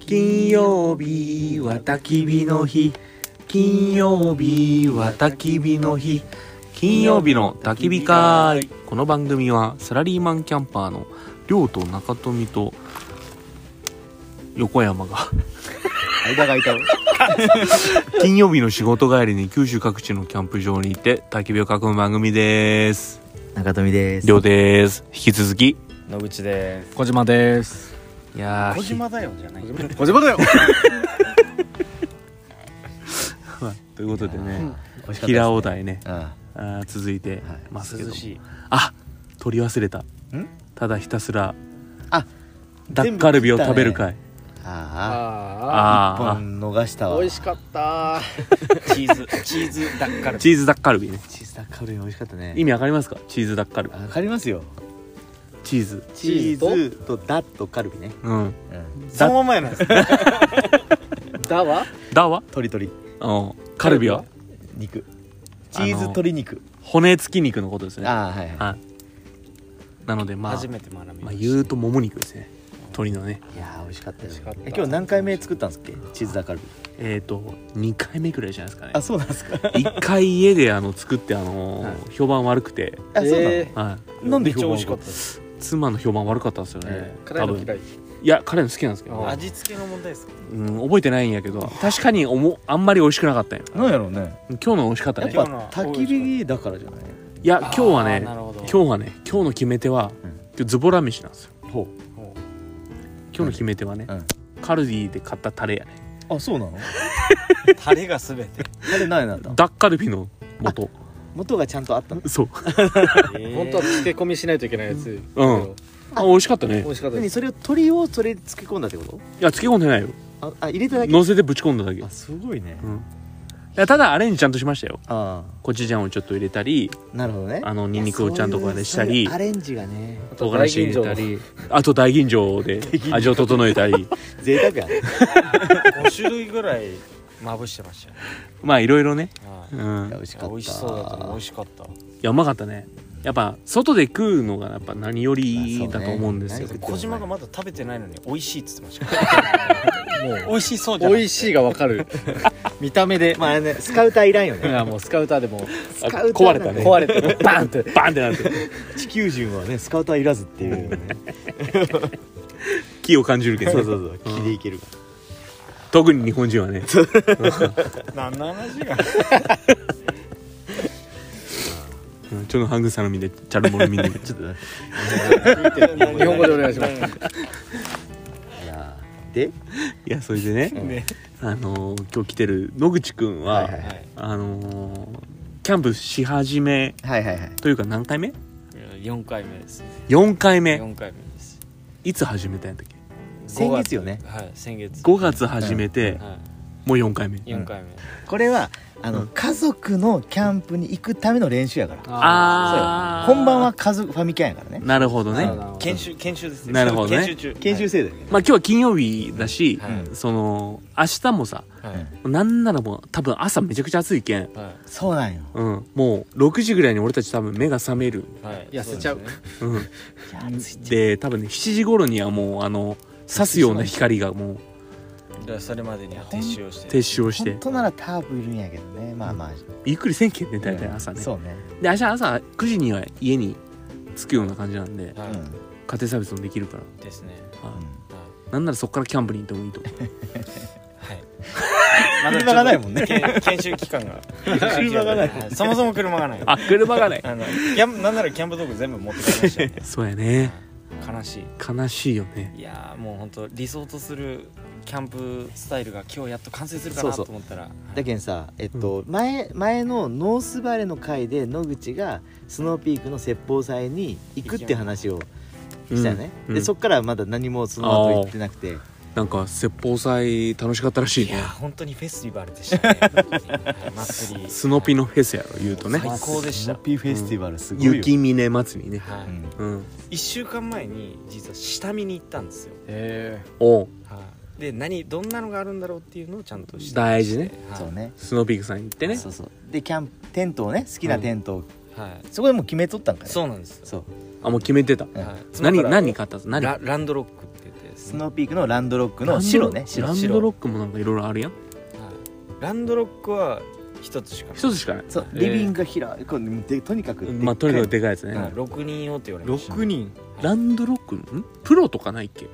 金曜日は焚き火の日金曜日は焚き火の日金曜日の焚き火会この番組はサラリーマンキャンパーの亮と中富と横山 が間が空い金曜日の仕事帰りに九州各地のキャンプ場に行って焚き火を囲む番組ですた中富です亮です引き続き野口です小島ですいやー小島だよじゃない小島だよということでね美味しかったです平尾台ねああー続いてますけど、涼しいあ取り忘れたんただひたすらあダッカルビを食べる会、あああああー一本逃したあわ美味しかったチーズチーズダッカルあチーズダッカルビねチーズタッカルビ美味しかったね意味わかりますかチーズダッカルビわかりますよチーズチーズとダッとカルビねうんうんそのままやないですか だわだわ鶏鶏うんカルビは肉チーズ鶏肉骨付き肉のことですねああはいははいなのでまあ初めて学びましたまあ言うともも肉ですね鶏のねいいやー美味しかったよ美味しかったえ今日何回目作ったんですっけチーズタッカルビえっ、と2回目くらいじゃないですかねあそうなんですか1回家であの作ってあのー評判悪くて、あそうなのえはい、なんでめっちゃ美評判味しかったです妻の評判悪かったんですよね、ええ辛い多の分嫌いいや辛いの好きなんですけどあ味付けの問題ですかうん、覚えてないんやけど確かにおもあんまり美味しくなかったんよなんやろうね今日の美味しかったやっねぱ今日の焚き火だからじゃないいや今日はあねーなるほど今日はね今日の決め手は、うん今日ズボラ飯なんですよほも今日の決め手はね、うんカルディで買ったタレやねうあそうなのうタレがすべてあれ何やったダッカルビの元元がちゃんとあったのそう本当は漬け込みしないといけないやつうんあ美味しかったね美味しかったで何すそれを鳥をそれに漬け込んだってこいや漬け込んでないよとああ入れただけ乗せてぶち込んだだけいあすごいねやただアレンジちゃんとしましたよあコチュジャンをちょっと入れたりあなるほどねあのニンニクをちゃんとこうねしたりそういうアレンジがねあ唐と辛大子吟入れ醸たりあと大吟醸で味を整えたり贅沢やね5種類ぐらいまぶしてましたよねまあいろいろね、はういん 美、味しかった美味しそうだったね美味しかったいやうまかったねやっぱ外で食うのがやっぱ何よりだと思うんですよ、まあそうね小島がまだ食べてないのに美味しいっつってましたから美味しそうじゃ美味ししいがわかる見た目でまああれねスカウターいらんよいねやもうスカウターでもスあカウター壊れたね壊れてもバンってバンってなって地球人はねスカウターいらずっていうね気を感じるけどそうそうそう気でいけるか特に日本人はねい 何の話が うんちょっとハングサのみでチャルモルみんなで らちょっとね日本語でお願いしますいやーでいやそれでね、ねあのー今日来てる野口くんは、はいはいはいあのーキャンプし始めはいはいはいというか何回目4回目ですね4回目4回目ですいつ始めたんやったっけ先月よねはい先月5月始めて、はもう4回目い4回目これはあの、家族のキャンプに行くための練習やからああ本番は家族ファミキャンやからねなるほどねなるほど研修研修ですねなるほどね研修中研修生だよね、まあ今日は金曜日だし、はいその明日もさはいはいなんならもう多分朝めちゃくちゃ暑いけん、はそうなんようん、もう6時ぐらいに俺たち多分目が覚める、いはい痩せちゃうそですねうん、いや暑いで多分ね7時頃にはもうあの刺すような光がもうだからそれまでには撤収をして撤収をして本当ならタープいるんやけどねまあまあ、ゆっくりせんけんね大体朝ね、そうね、で明日朝9時には家に着くような感じなんではういん家庭サービスもできるから、ですねはうんはいい、なんならそっからキャンプに行ってもいいと思うはい車がないもんねけ研修期間が車がないはそもそも車がないあ車がねあのキャンなんならキャンプ道具全部持って帰りましたよねそうやね悲し悲しいよねいいやーもう本当理想とするキャンプスタイルが今日やっと完成するかなそうそうと思ったら だけどさ、えっと前前のノースバレーの回で野口がスノーピークの説法祭に行くって話をしたよね、うんうでんそっからまだ何もその後行ってなくてなんか説法祭楽しかったらしいいやねー本当にフェスティバルでしたねはい祭りスノピのフェスやろ言うとね最高でしたスノーピーフェスティバルすごいよ、雪峰祭りねはういんうん1週間前に実は下見に行ったんですよえおうはいで何どんなのがあるんだろうっていうのをちゃんとして大事ねはいそうねスノーピークさん行ってねそうそうでキャンプテントをね好きなテントを、はいそこでもう決めとったんかねそうなんですよそうあもう決めてたうんはい何妻から何買ったの何ラランドロックって言ってですスね、はノーピークのランドロックの白ね白ランドロックもなんかいろいろあるやんい、ランドロックは一つしかない一つしかないそうえーリビングが広いこれでとにかくでっかいまあとにかくでかいやつね、はい6人用って言われました6人ランドロックんプロとかないっけ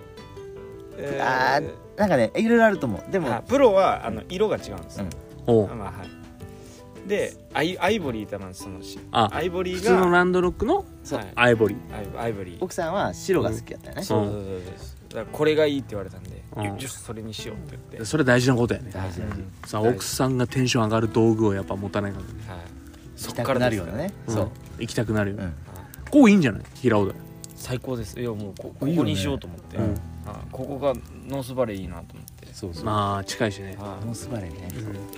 えあーなんかねいろいろあると思うでもはいプロはあの色が違うんですよ、おうまあはいでアイアイボリーってまあそのしあアイボリ普ー通のがランドロックのそうはいアイボリーアイアイボリー奥さんは白が好きだったよねんそうそうそうそうだからこれがいいって言われたんでうんよよしそれにしようって言ってそれ大事なことやね大事う大ん事さあ大事奥さんがテンション上がる道具をやっぱ持たないからねはい行そきたくなるようなですねんそう行きたくなるよ、うねんからはいここいいんじゃない平尾台最高ですいやもうこここいいよねにしようと思ってうんはいここがノースバレーいいなと思ってそうそうまあ近いしねはノースバレーね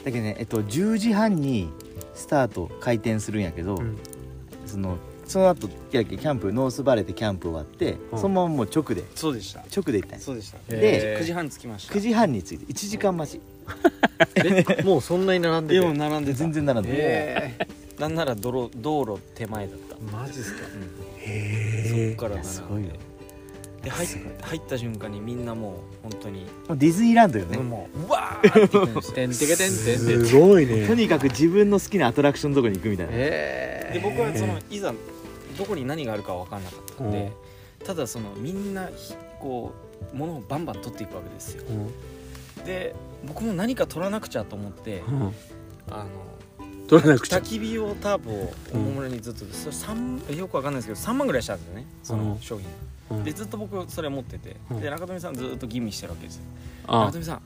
うだけどねえっと10時半にスタート開店するんやけどんそのその後キャキャンプノースバレーでキャンプ終わってうんそのままもう直でいそうでした直で行ったんですそうでしたで9時半着きました9時半に着いて1時間待ちもうそんなに並んいでやてもう並んでた全然並んでないえなんなら道路道路手前だったーマジっすかそっへえからいやす並ごいんよでで入っ入った瞬間にみんなもう本当にもうディズニーランドよねもううわーって言ってましたてんてけてんてんてんすごいとねにかく自分の好きなアトラクションのとこに行くみたいなえで僕はそのいざどこに何があるか分からなかったんでただそのみんなひこう物をバンバン取っていくわけですようんで僕も何か取らなくちゃと思ってうんあの取らなくちゃ焚き火用タープをおもむろにずっとそれ三えよく分かんないですけど3万ぐらいしたんですよねその商品うんでずっと僕それ持っててうんで中富さんずっと吟味してるわけですよ中あ富さん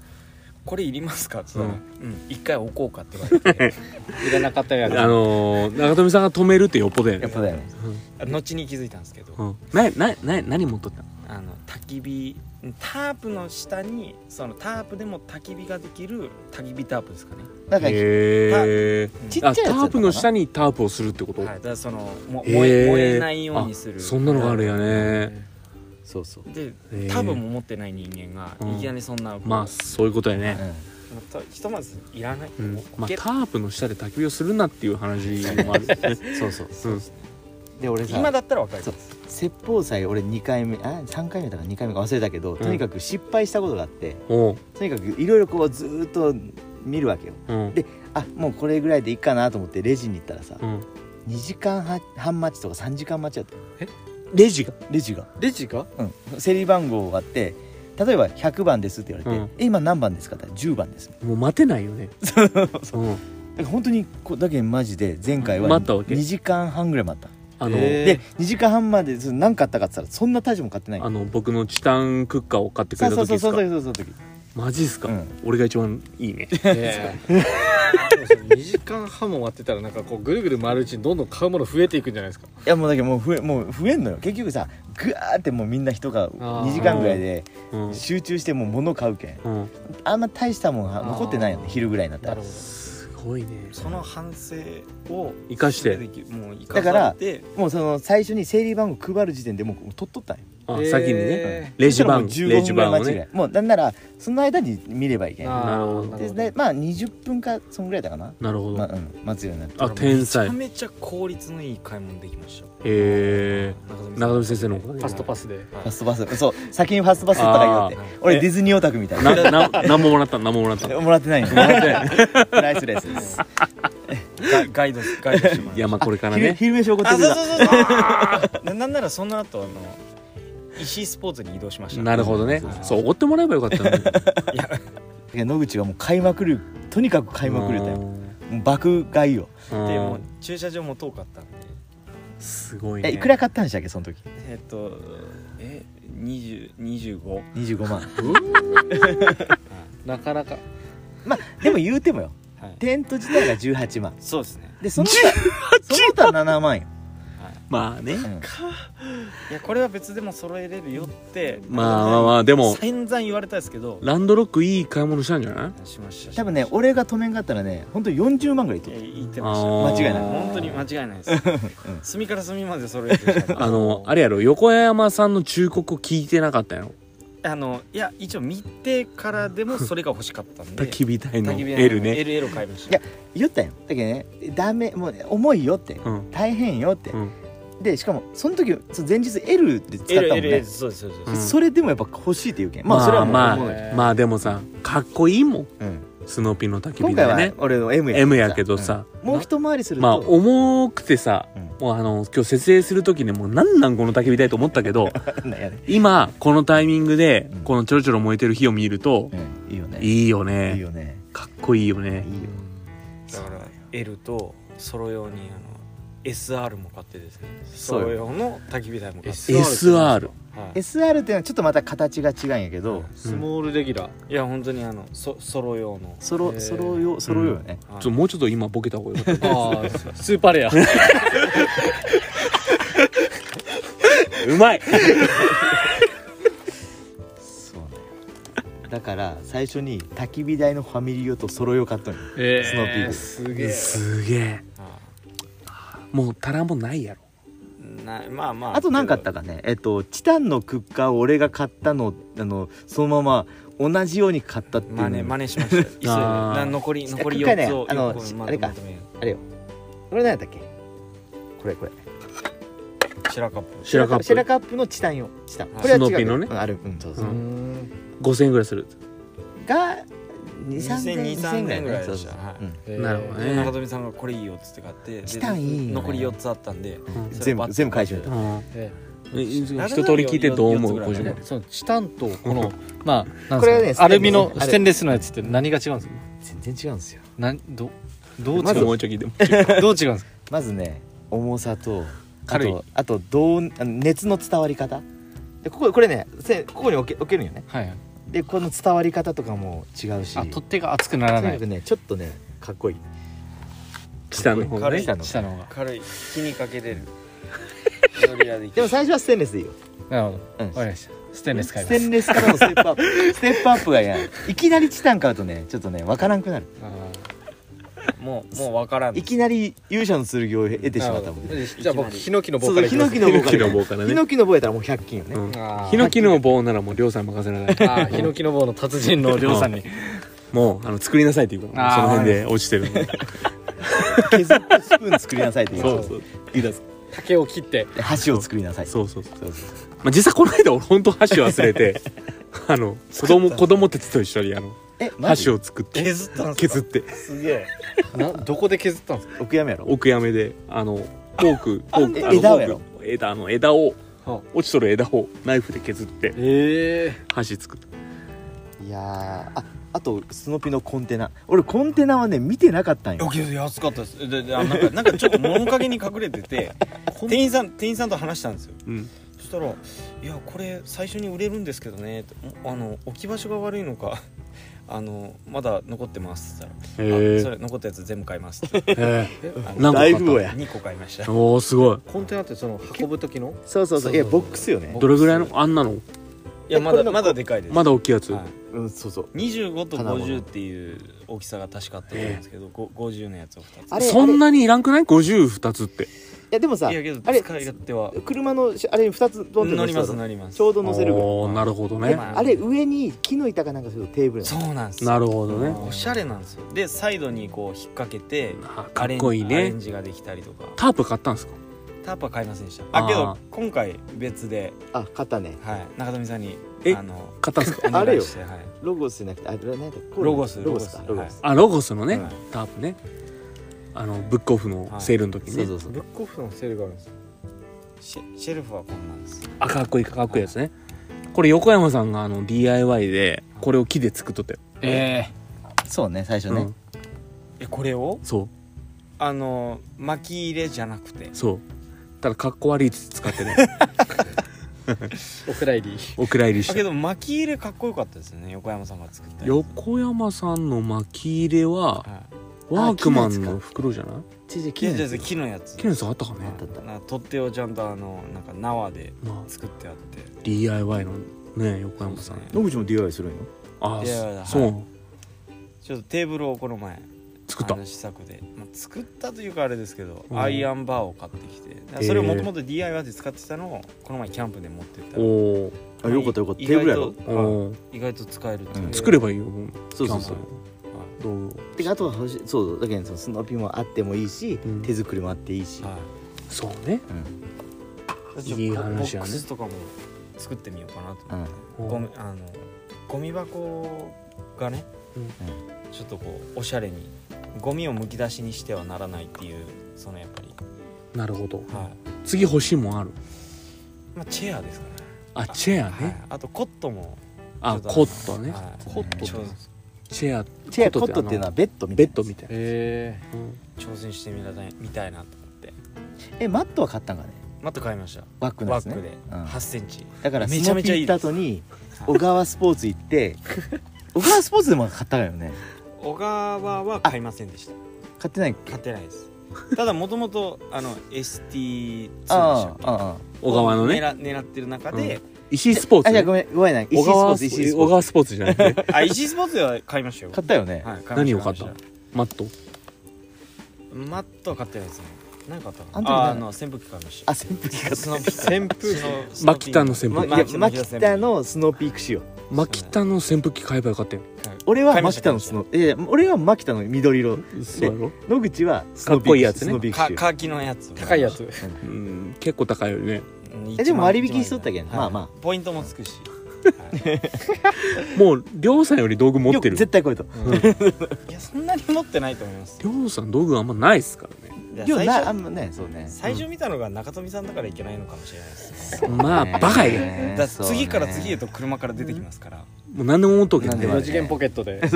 これいりますかって言ったら「うん一回置こうか」って言わ れていらなかったあやつのー中富さんが止めるってよっぽどややねっぱだよね後に気づいたんですけどうんななな何持っとったあの焚き火タープの下にそのタープでも焚き火ができる焚き火タープですかね、なんかへえちっちゃいあやつタだったかなープの下にタープをするってこと、はい、だからそのもへー燃え燃えないようにするあそんなのがあるよねそうそうでへータープも持ってない人間がうんいきなりそんな、まあそういうことやね、うまあとひとまずいらない、うんもうまあ、けタープの下で焚き火をするなっていう話もある んそうそううんで俺さ今だったらわかるそう説法祭俺2回目あ3回目だから2回目か忘れたけど、とにかく失敗したことがあっておうとにかくいろいろこうずーっと見るわけようんであもうこれぐらいでいいかなと思ってレジに行ったらさ、うん2時間は半待ちとか3時間待ちだったよレジがレジが、レジがうん、競り番号があって例えば100番ですって言われて「うんえ今何番ですか?」って言ったら10番ですだかもう待てないよねそう、ん、ら本当にこうだけどマジで前回は待ったわけ2時間半ぐらい待ったあの、へーで2時間半までその何買ったかって言ったらそんな大しても買ってないあの僕のチタンクッカーを買ってくそれうたそう時そうですそかうそうそうそう時マジっすか、うん俺が一番いいねえー2時間半も待ってたらなんかこうぐるぐる回るうちにどんどん買うもの増えていくんじゃないですかいやもうだけどもう増えもう増えんのよ結局さぐわーってもうみんな人があー2時間ぐらいでうん、集中してもう物買うけんうん、あんま大したもんはあー残ってないよね昼ぐらいになったらすごいねその反省を生かしてできもう生だからされてもうその最初に整理番号配る時点でもう取っとったんよあえー先にねレジ番そしたらもうレ15ジ分ぐらい番を待ちぐらねいもうなんならその間に見ればいいけんあーなるほどででまあ20分かそんぐらいだかな、なるほど、まあうん、待つようになってあ天才めちゃめちゃ効率のいい買い物できましたえー、中富富さん先生の方がねファストパスでファストパスそう先にファストパス取ったらいいよってあー俺ディズニーオタクみたいななな何ももらった何ももらったいもらってないよ ライスレスですガガイドガイドしてもらいましたやまあこれから昼 ね昼飯おごってあくそれうたそうそうそうな なんならその後あの石井スポーツに移動しましたなるほどねはいそうおごってもらえばよかったのにいや野口がもう買いまくるとにかく買いまくるタイプもう爆買いようんでもうん駐車場も遠かったんですごいねえいくら買ったんでしたっけその時えっとえ20 25 25万なかなかまあでも言うてもよはいテント自体が18万そうですねでその他その他7万よ、まあねうんいやこれは別でも揃えれるよってまあまあまあでも散々言われたんですけどランドロックいい買い物したんじゃないしました多分ねしまし俺が止めんかったらね本当40万ぐらいいたといるや言ってましたあー間違いない本当に間違いないです隅から隅まで揃えてましたあのあれやろ横山さんの忠告を聞いてなかったんやろあのいや一応見てからでもそれが欲しかったんで焚き火台の焚き火 L ね L を買いましたいや言ったよだけどねダメもうね重いよってうん大変よってうんでしかもその時そう前日 L で使ったもん L ね L そうですそうですそううでんす、それでもやっぱ欲しいっていうけんままああそれはもう、まあもうねまあでもさかっこいいもんうんスノーピーの焚き今火回台はね俺の M や M やけどさ、うんもう一回りすると、まあ重くてさうんもうあの今日設営する時にもうなんなんこの焚き火台と思ったけどなんやね今このタイミングでうんこのちょろちょろ燃えてる火を見るとうんいいよねいいよいいねよねかっこいいよいねいよだから L とソロ用にあの SR も買ってですねそソうよロ用の焚き火台も買って SR SR はい SR っていうのはちょっとまた形が違うんやけど、スモールレギュラーいや本当にあのソソロ用のソロへーソロよソロよね、はいちょもうちょっと今ボケた方がよかったああスーパーレアいうまいそうね だから最初に焚き火台のファミリー用とソロ用買ったのよえスノーピークすげえすげえはもうタラもないやろいなまあまああと何かあったかねえっとチタンのクッカーを俺が買ったのあのそのまま同じように買ったっていうの真似真似し ました急いであーな残り残り今回ね4つをあの四個まあれかまとめるこれ何やったっけこれこれ白カップ白カップシェラカップのチタン用チタンはいこれは違うスノーピーのねうんあるうんそうそうう、んうん5000円ぐらいするが2000 2000円円ぐらぐらいいぐらいそでうしそうたそうはいうんなるほどねで中富さんがこれいいよっつって買ってでチタンいいよね残り4つあったんでうんそれ全バッ部て全部返しよううんええ一通り聞いてどう思う四つ小ぐらい島ねそのチタンとこのまあなんこれはでねすかアルミステのンレスステンレスのやつって何が違うんですか全然違うんですよなんどどう違うまずどもううちょい聞いても違うんですかまずね重さとあ軽いとあとどうあの熱の伝わり方でこここれねせここに置け置けるんよねはいはいでこの伝わり方とかも違うしあ取っ手が熱くならとなにかくいねちょっとねかっこいいチタンの方軽ねい下の下の方が軽い火にかけ れるドリアでいけでもる最初はステンレスでいいよ、なるほうんどわかりましたステンレス買いスますテンレスからのステップ アップステップアップがいやいきなりチタン買うとねちょっとねわからんくなるあーもうもう分からんいきなり勇者の剣を得てしまったもんなるほどねじゃあ僕ヒノキの棒そかうらいヒきまノすキの棒かヒノキらの棒からねヒノキの棒やったらもう100均よね、うんあーヒノキの棒ならもうりょうさん任せられないああヒノキの棒の達人のりょうさんにもうあの作りなさいって言うからそあーの辺で落ちてるんで削ってスプーン作りなさいって言そわうれそういいだぞ 竹を切ってて箸を作りなさいそうそうそうそうそうそうまあ、実際この間俺本当箸忘れてあの子供子供たちと一緒にあのえマジ箸を作って削ったんですか削ってすげえなどこで削ったんですか奥山やろ奥やめであのフォークフォーえクあのフォー枝をクやろ枝の枝をは落ちとる枝をナイフで削ってえ箸作ったいやーああとスノピのコンテナ俺コンテナはね見てなかったんいやよけど安かったですでであなんかなんかちょっと物陰に隠れてて店員さん店員さんと話したんですようんそしたら「いやこれ最初に売れるんですけどね」ってんあの置き場所が悪いのかあのまだ残ってます」って言っへたらあえ「それ残ったやつ全部買います」ってえあ何個買った大富豪や2個買いましたー、 おおすごいコンテナってその運ぶ時のそうそうそういやボックスよねどれぐらいのあんなのいやまこれだのまだでかいですまだ大きいやつ、はいうんそうそう25と金物50っていう大きさが確かあったと思うんですけど、ご50のやつを2つあれそんなにいらんくない52つっていやでもさいやけどあれ使い勝手は車のしあれに2つドンっ乗て乗りせまたすぞ乗りますちょうど乗せるぐらいおーなるほどえねまあれ上に木の板かなんかするとテーブルなのそうなんですよなるほどねおしゃれなんですよでサイドにこう引っ掛けてあーかっこいいアレンアレねンジができたりとかタープ買ったんですかタープは買いませんでしたあーあけど今回別で、あ買ったねはい、中富さんにえあの買ったんですかお願いあれよしてはい、ロゴスじゃなくてあれ何だっけロゴスロゴスかロロゴゴススあロゴスのね、はいタープねあのブックオフのセールの時そね、うそうそうブックオフのセールがあるんですシェシェルフはこんなんですあかっこいいかっこいいやつね、これ横山さんがあの DIY でこれを木で作っとったよ、えそうね最初うねん、えこれをそあの巻き入れじゃなくてうそうただかっこ悪いっつって使ってね えお蔵入りお蔵入りしあけたど巻き入れかっこよかったですよね横山さんが作ったやつ横山さんの巻き入れははワークマンの袋じゃないちょちょい、木いのやじゃやあつ木のやつ木のやつあったかねあったあったなんか取っ手をちゃんとあのなんか縄でまあ作ってあって、 DIY のね横山さん、そうですね野口も DIY するんよあ DIY あだそう、はちょっとテーブルをこの前作ったあの試作で、まあ、作ったというかあれですけど、うんアイアンバーを買ってきてだからそれをもともと DIY で使ってたのをこの前キャンプで持ってったら、おーあよかったよかった意テーブルや外ろとはいおー意外と使えるっていううん作ればいいよもうそうそうそうキャンプどうぞてかあとは欲しいそうそうだけどそのスノーピンもあってもいいし、うん手作りもあっていいし、はいそうね、う私いいボボ話ッやねクスとかも作ってみようかなと思ってうんゴミあのゴミ箱がね、うんちょっとこうおしゃれにゴミをむき出しにしてはならないっていうそのやっぱり、なるほどは次欲しいもんあるいまあ、チェアですかねあチェアはいね、あとコットもあちょっとコットねはいコット挑チェアチェアコットっていうのはベッドみたベいッドみたいな、え挑戦してみらないみたいなと思ってえマットは買ったんかねマット買いましたバッグのやバつッグでねうん8センチ、だからめスちゃノめピちゃい行いったです後に小川スポーツ行って 小川スポーツでも買ったんよね小川は買いませんでした買ってない買ってない ですただもともと ST2 でしたあっあああああけ小川のね狙狙ってる中で、石井スポーツあじね、ゃあごめんごめんな石小井スポー川ツス石井スポ小ーツ川スポーツじゃな くてあ石井スポーツでは買いましたよ買ったよねはい、何を買った買いマまットしたマットは買ってないですね何買ったあんのたがああ何の扇風機買いましたあ扇風機買っスノーピー扇風機マキタの扇風た機まいやマキタのスノーピークしようマキタの扇風機買えばよかったよ俺はマキタのスノーーいやいや俺はマキタの緑色そうやろ野口はスノーかピークっこいいやつねスノーピークしカようーキのやつ高いやつうん結構高いよねうんえで1も万割引しとったけんはいまあまポイントもつくしもうりょうさんより道具持ってよる絶対これといやそんなに持ってないと思いますりょうさん道具あんまないっすからねいや今最日なあ初んまねそうね最初見たのが中富さんだからいけないのかもしれないですねまあバカやねだから次から次へそと車から出てきますからもう何でも持っとけって何でもあ4る次元ポケットでうね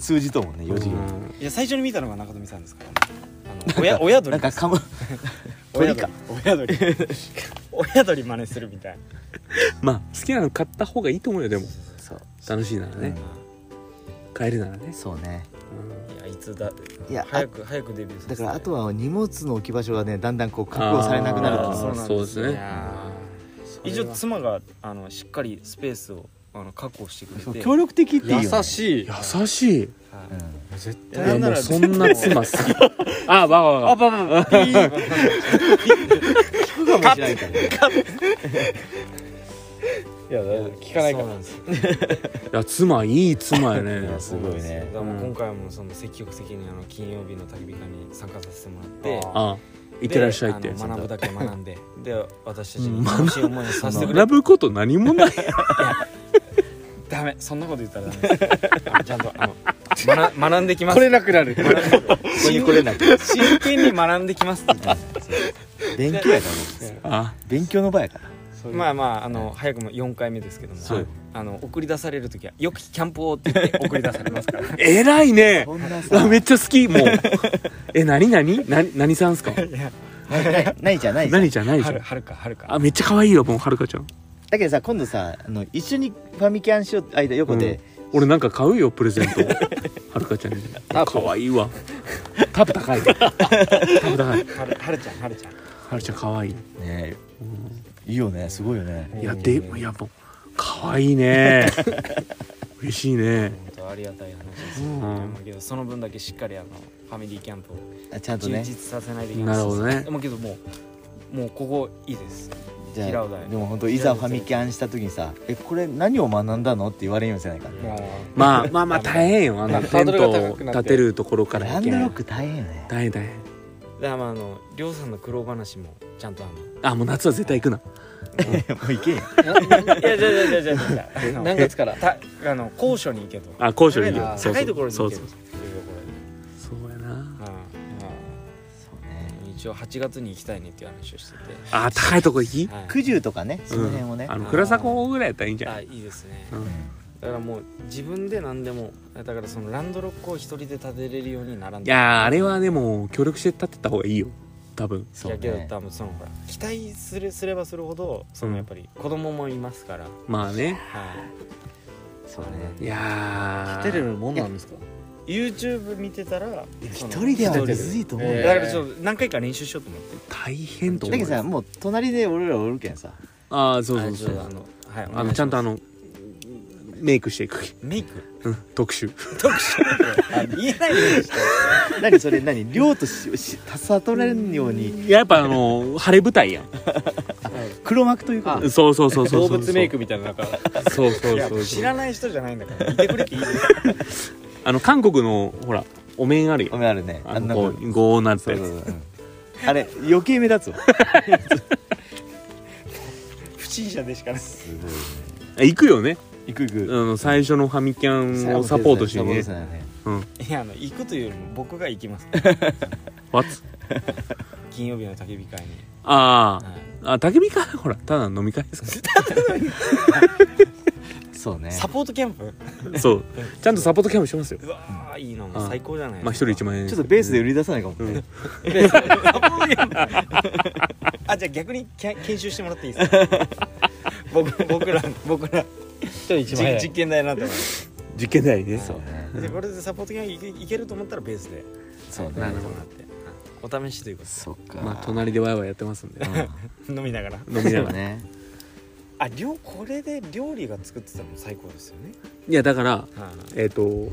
数字ともね4次元いや最初に見たのが中富さんですからねあの親親な鳥んかですかも鳥か親鳥親 鳥親鳥真似するみたいなまあ好きなの買った方がいいと思うよでもそう楽しいならね買えるならねそうねうんいやいつだいや早く早くデビューさせてだからあとは荷物の置き場所がねだんだんこう確保されなくなるとあ思うーそうなんですそうですいねや一応妻があのしっかりスペースをあの確保してくれそてう協力的っていいよね優しい優しいはいうん絶いいややもうそんな妻好 きあわわわわ僕はもう知らんからねいや聞かないかそうらんですよいや妻いい妻や ねいやすごいねだからもう今回もその積極的にあの金曜日の焚き火会に参加させてもらってああいってらっしゃいってであの学ぶだけ学んでで私たちに楽しい思いをさせてくれ学ぶこと何も ないダメそんなこと言ったらダメですあのちゃんとあの学学んできますこれなくなるここに来れなくて真剣に学んできますって言った勉強やから僕あ勉強の場やからまあまああの早くも4回目ですけどもそうよあの送り出される時は「よくキャンプを」って言って送り出されますからい偉い ねこんなさあめっちゃ好きもうえ何何何何さんっすかやないじゃんないじゃん何じゃないじゃはるんはるかは るかあめっちゃ可愛いよもうはるかちゃんだけどさ今度さあの一緒にファミキャンしようって間横で、俺なんか買うよプレゼン トはるかちゃんに可愛いわタブ 高いタブ高いはるはるちゃんはるちゃんはるちゃん可愛いねえいいよねすごいよねいやでいやもう可愛いね嬉しいね本当ありがたい話ですうよんまあけどその分だけしっかりあのファミリーキャンプをあちゃんと充ね実させないといけないでなするほどねまあけどもうもうここいいですじゃ平尾だあよでも本当いざファミキャンした時にさ「えこれ何を学んだの?」って言われんようじゃないかもまあまあまあ大変よあのテハーンドルがト高をくなって立てるところからラやンけドんロック大変よね大変大変うだからまああの亮さんの苦労話もちゃんとあのあもう夏は絶対行くな もういけんよいやじゃじゃじゃじゃ じゃ何月からたあの高所に行けとあ高所に行くよあーそう高そいところうにそ行うけそうというところにそうやなまあまそうねあ一応8月に行きたいねっていう話をしててあ高いとこ行きはい九十とかねその辺をね、あの倉迫ぐらいやったらいいんじゃなあいいいですねうんだからもう自分で何でもだからそのランドロックを一人で立てれるようにならんいやーあれはでも協力して立てた方がいいよ多分そいうやけどね多分そのほら期待するすればするほどそのやっぱり子供もいますから、まあねはそうねいやー立てれるもんなんですかい、YouTube 見てたらいやそ一の人ではむずいと思うよ、一人でだからちょっと何回か練習しようと思って大変と思だけうどさもう隣で俺らおるけんさああそうそうそあうのはいお願いしあまのすちゃんとあのメイクしていくメイクうん特集特殊言えないようにして何それ何量としし携われんようにいややっぱあの晴れ舞台やん黒幕というかそうそうそうそう動物メイクみたいななんかそうそういそうやそ知うらない人じゃないんだからいてくれていいよあの韓国のほらお面あるおよめあるねあんのなこうゴーなってそうやそうつそううんあれ余計目立つわ信者でしかないすごいねあ行くよね行く行あくの最初のファミキャンをサポートしにねサポートしにねいやあの行くというよりも僕が行きますわつ金曜日の焚き火会に、あはーあい焚き火会ほらただの飲み会ですかそうねサポートキャンプらそうちゃんとサポートキャンプしますようわーいいなあ最高じゃないまあ一人1万円ちょっとベースで売り出さないかもうね、んあじゃあ逆にきゃ研修してもらっていいですか 僕僕ら僕ら人一実実験台なんて思います実験台ねそうねでこれでサポートキャンプいけいけると思ったらベースでそうねなるほどほどお試しというこそっかまあ隣でワイワイやってますんでと飲みながら飲みなそがうらねあ料これで料理が作ってたの最高ですよねいやだからはえっ、とい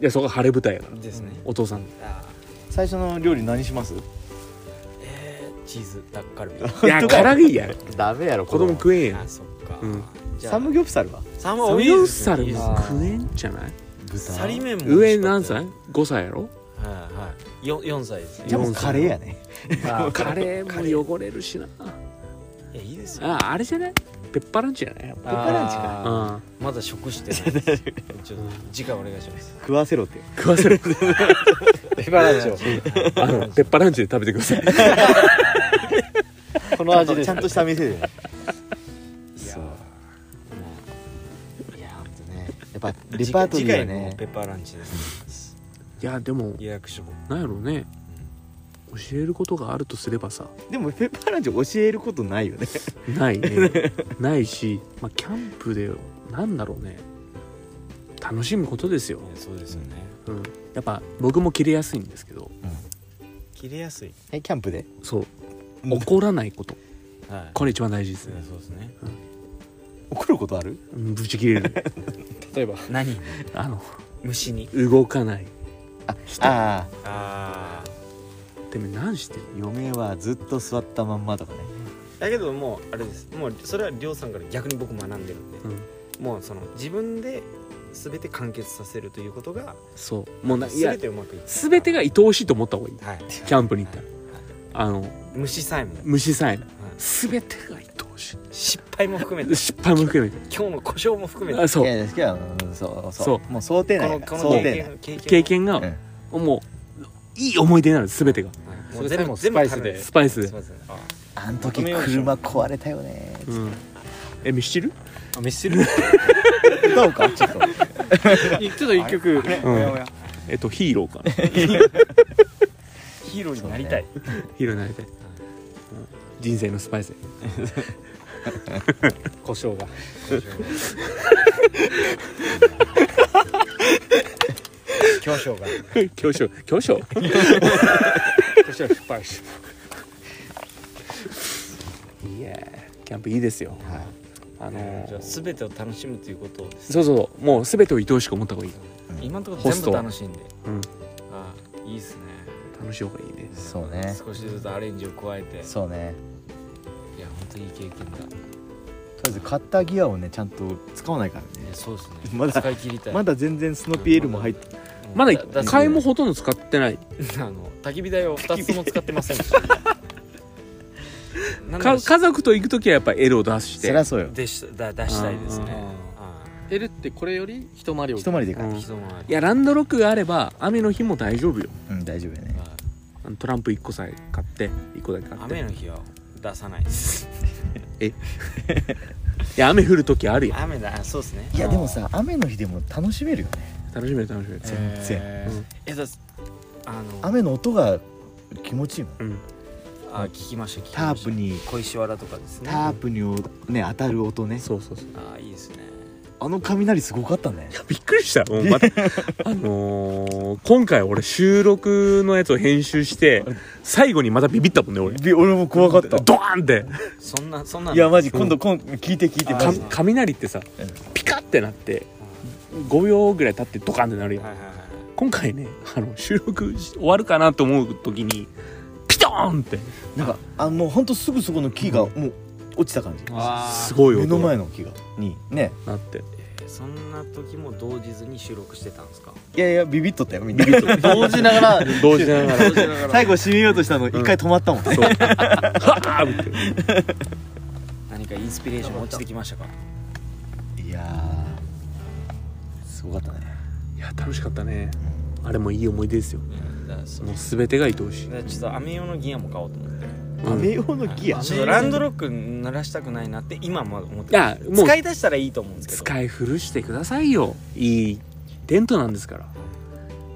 やそこは晴れ舞台やからいですねお父さんあ最初の料理何しますーえーチーズダッカルビいや唐揚げやろダメやろ子供う食えんやんあそっかうんじゃあサムギョプサルはサムサムいギいョプですサねルいいですも食えんじゃない豚サリ麺も上何歳 ?5 歳やろはいはいよ4歳ですじゃあもう四歳カレーやねカレーも汚れるしないやいいですよああれじゃないペッパーランチじゃないやっぱペッパーランチかあーあまだ食してないですちょっと次回お願いします食わせろってよ あ食わせる手放しをあのペッパーランチで食べてくださいこの味でちゃんとした店でね そういやほんとねや っぱレパートリーはねペッパーランチですいやでも予約書もなんやろうね教えることがあるとすればさでもペッパーランチ教えることないよねないね ないし、まあ、キャンプでなんだろうね楽しむことですよ、そうですよねうん、やっぱ僕も切れやすいんですけど切れやすいえキャンプでそううん怒らないことはいこれ一番大事ですそうねですね怒ることあるうんぶち切れる例えば何 あの虫に動かないああああてめえ何してるー嫁はずっと座ったまんまとかねだけどもうあれですもうそれはりょうさんから逆に僕学んでるんでうんもうその自分で全て完結させるということがそうもうないや全てうまくいく全てが愛おしいと思った方がいいはいキャンプに行ったらあの虫さえも虫さえも全てが愛おし失敗も含 めいて失敗も含め今日の故障も含てめあてそういやですけどうんそうそうそうもう想定こ内のだこからの想経定験経験経験が内、もういい思い出になる全てがはいそれさえも全ス部パイスでスパイスですいませんあうん、あの時車壊れたよねうんえ飯知るあミスチルちどうか ちょっとょっと一う曲んおやおやえっとヒーロー かなヒーローになりたいヒーローになりたい、うん人生のスパ イス胡椒が巨匠が教師教師胡椒失敗しいやキャンプいいですよはいあのじゃあー全てを楽しむということをですそうそうそうもう全てを愛おしく思った方がいい、今のとこホろス全ト部楽しんでうん、ああいいですね楽しい方がいいねそうね少しずつアレンジを加えていそうねや本当にいい経験だとりあえず買ったギアをねちゃんと使わないからいねやそうですねまだ使い切りたいまだ全然スノピエールも入ってうんまだだだ一回もほとんど使ってない あの焚き火台を2つも使ってま せんでしたなんなから家族と行く時はやっぱエロを出してそりゃそうよでしだ出したいですねあてるってこれより一回りを一回りでかういんあい人もありやランドロックがあれば雨の日も大丈夫ようん大丈夫よねああのトランプ1個さえ買って1個だけ買って雨の日は出さないですいや雨降る時あるやん雨だあそうですねいやでもさ雨の日でも楽しめるよね楽しめる楽しめる、全然えーえだあの雨の音が気持ちいいもんうんあ聞きました聞きましたタープに小石原とかですねタープにおね当たる音ねそうそうそうあいいですねあの雷すごかったねいやびっくりしたもう またあのー今回俺収録のやつを編集して最後にまたビビったもんね俺び俺も怖かったドーンってそんなそんないやマジ今度今聞いて聞いてあマかジか雷ってさうんピカってなって5秒ぐらい経ってドカンってなるやんはいはいはいはい今回ねあの収録し終わるかなと思う時にピトーンってなんかあもうほんとすぐそこの木がもう落ちた感じすごい目音の前にの木がにねなってえーそんな時も同時ずに収録してたんですかいやいやビビっとったよみんな同時ながら同時ながら最後締めようとしたの一回止まったもんねはあって何何かインスピレーション落ちてきましたかいやーすごかったねいや楽しかったねあれもいい思い出ですよだからそもう全てが愛おしい、だからちょっとアメ用のギアも買おうと思ってうアんメ用のギアちょっとランドロック鳴らしたくないなって今も思っていやるもう使い出したらいいと思うんですけど使い古してくださいよいいテントなんですから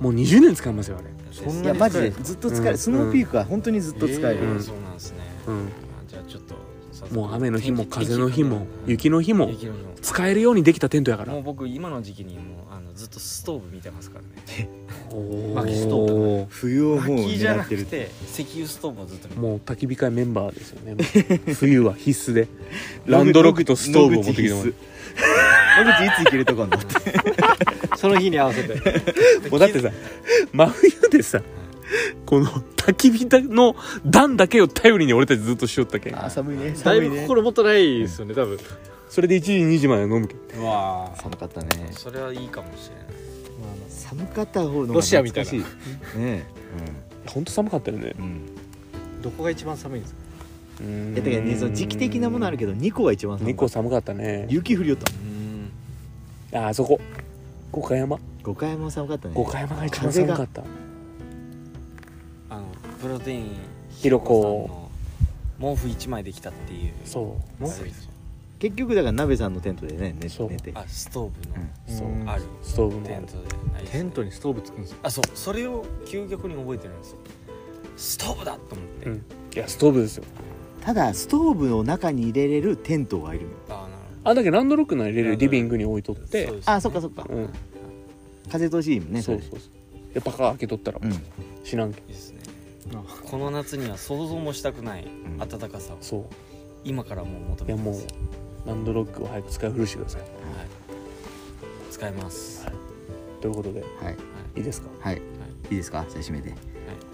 もう20年使いますよあれそんいなやにマジ使えでるずっと使えうんるスノーピークは本当にずっと使ええるーうんそうなんですねうんじゃあちょっと早速もう雨の日も天気風の日も雪の日も天気の日も使えるようにできたテントやからもう僕今の時期にもうあのずっとストーブ見てますからねお薪ストー冬をもう薪じゃ狙なっくてるて石油ストーブをずっと見てもう焚き火会メンバーですよね 冬は必須 でランドロックとストーブを持ってきてもらう野口いつ行けるとこあんの その日に合わせてもうだってさ真冬でさこの焚き火の暖だけを頼りに俺たちずっとしよったけんあー寒いねだい寒いぶね心もとないですよね多分それで1時2時まで飲むけんうわー寒かったねそれはいいかもしれない寒かった方のロシアみたいな懐かしいねほんと寒かったよねえうんどこが一番寒いんですかいやだからねその時期的なものあるけど2個は一番寒2か個った寒かったね雪降りよったうんああそこ五箇山五回も寒かったね五箇山が一番寒かったあのプロテインひろこさんの毛布一枚できたっていうそうあれですよ結局だから鍋さんのテントでね寝そう寝てあストーブのそううんあるストーブもテあンるトでテントにストーブつくんですよあそうそれを究極に覚えてるんですよストーブだと思って、うんいやストーブですよただストーブの中に入れれるテントがいるのよああなるほどあだけどランドロックの入れるリビングに置いとってうですねあそっかそっかうん風通しいいもんねそうれそうそうでパカ開けとったらうん死なんけんいいですねあこの夏には想像もしたくないん暖かさをそ今からもう求ういやめてもますうランドロックを早く使い古してくださいはい使います、ということではいいいですかはいいいですかじゃあ締めて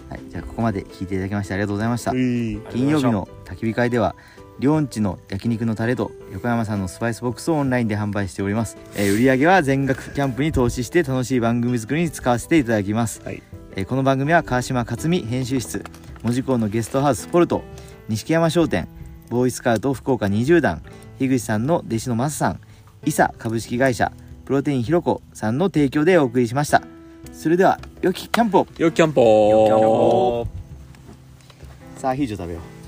はいじゃあここまで聞いていただきましてありがとうございましたういありがとうございました金曜日の焚き火会では両んちの焼肉のタレと横山さんのスパイスボックスをオンラインで販売しております、えー売り上げは全額キャンプに投資して楽しい番組作りに使わせていただきます、はいえーこの番組は川島克美編集室門司港のゲストハウスポルト錦山商店ボーイスカウト福岡20段樋口さんの弟子のマサさん伊佐株式会社プロテインひろこさんの提供でお送りしましたそれでは良きキャンプをよっキャンポーさあヒージョ食べよう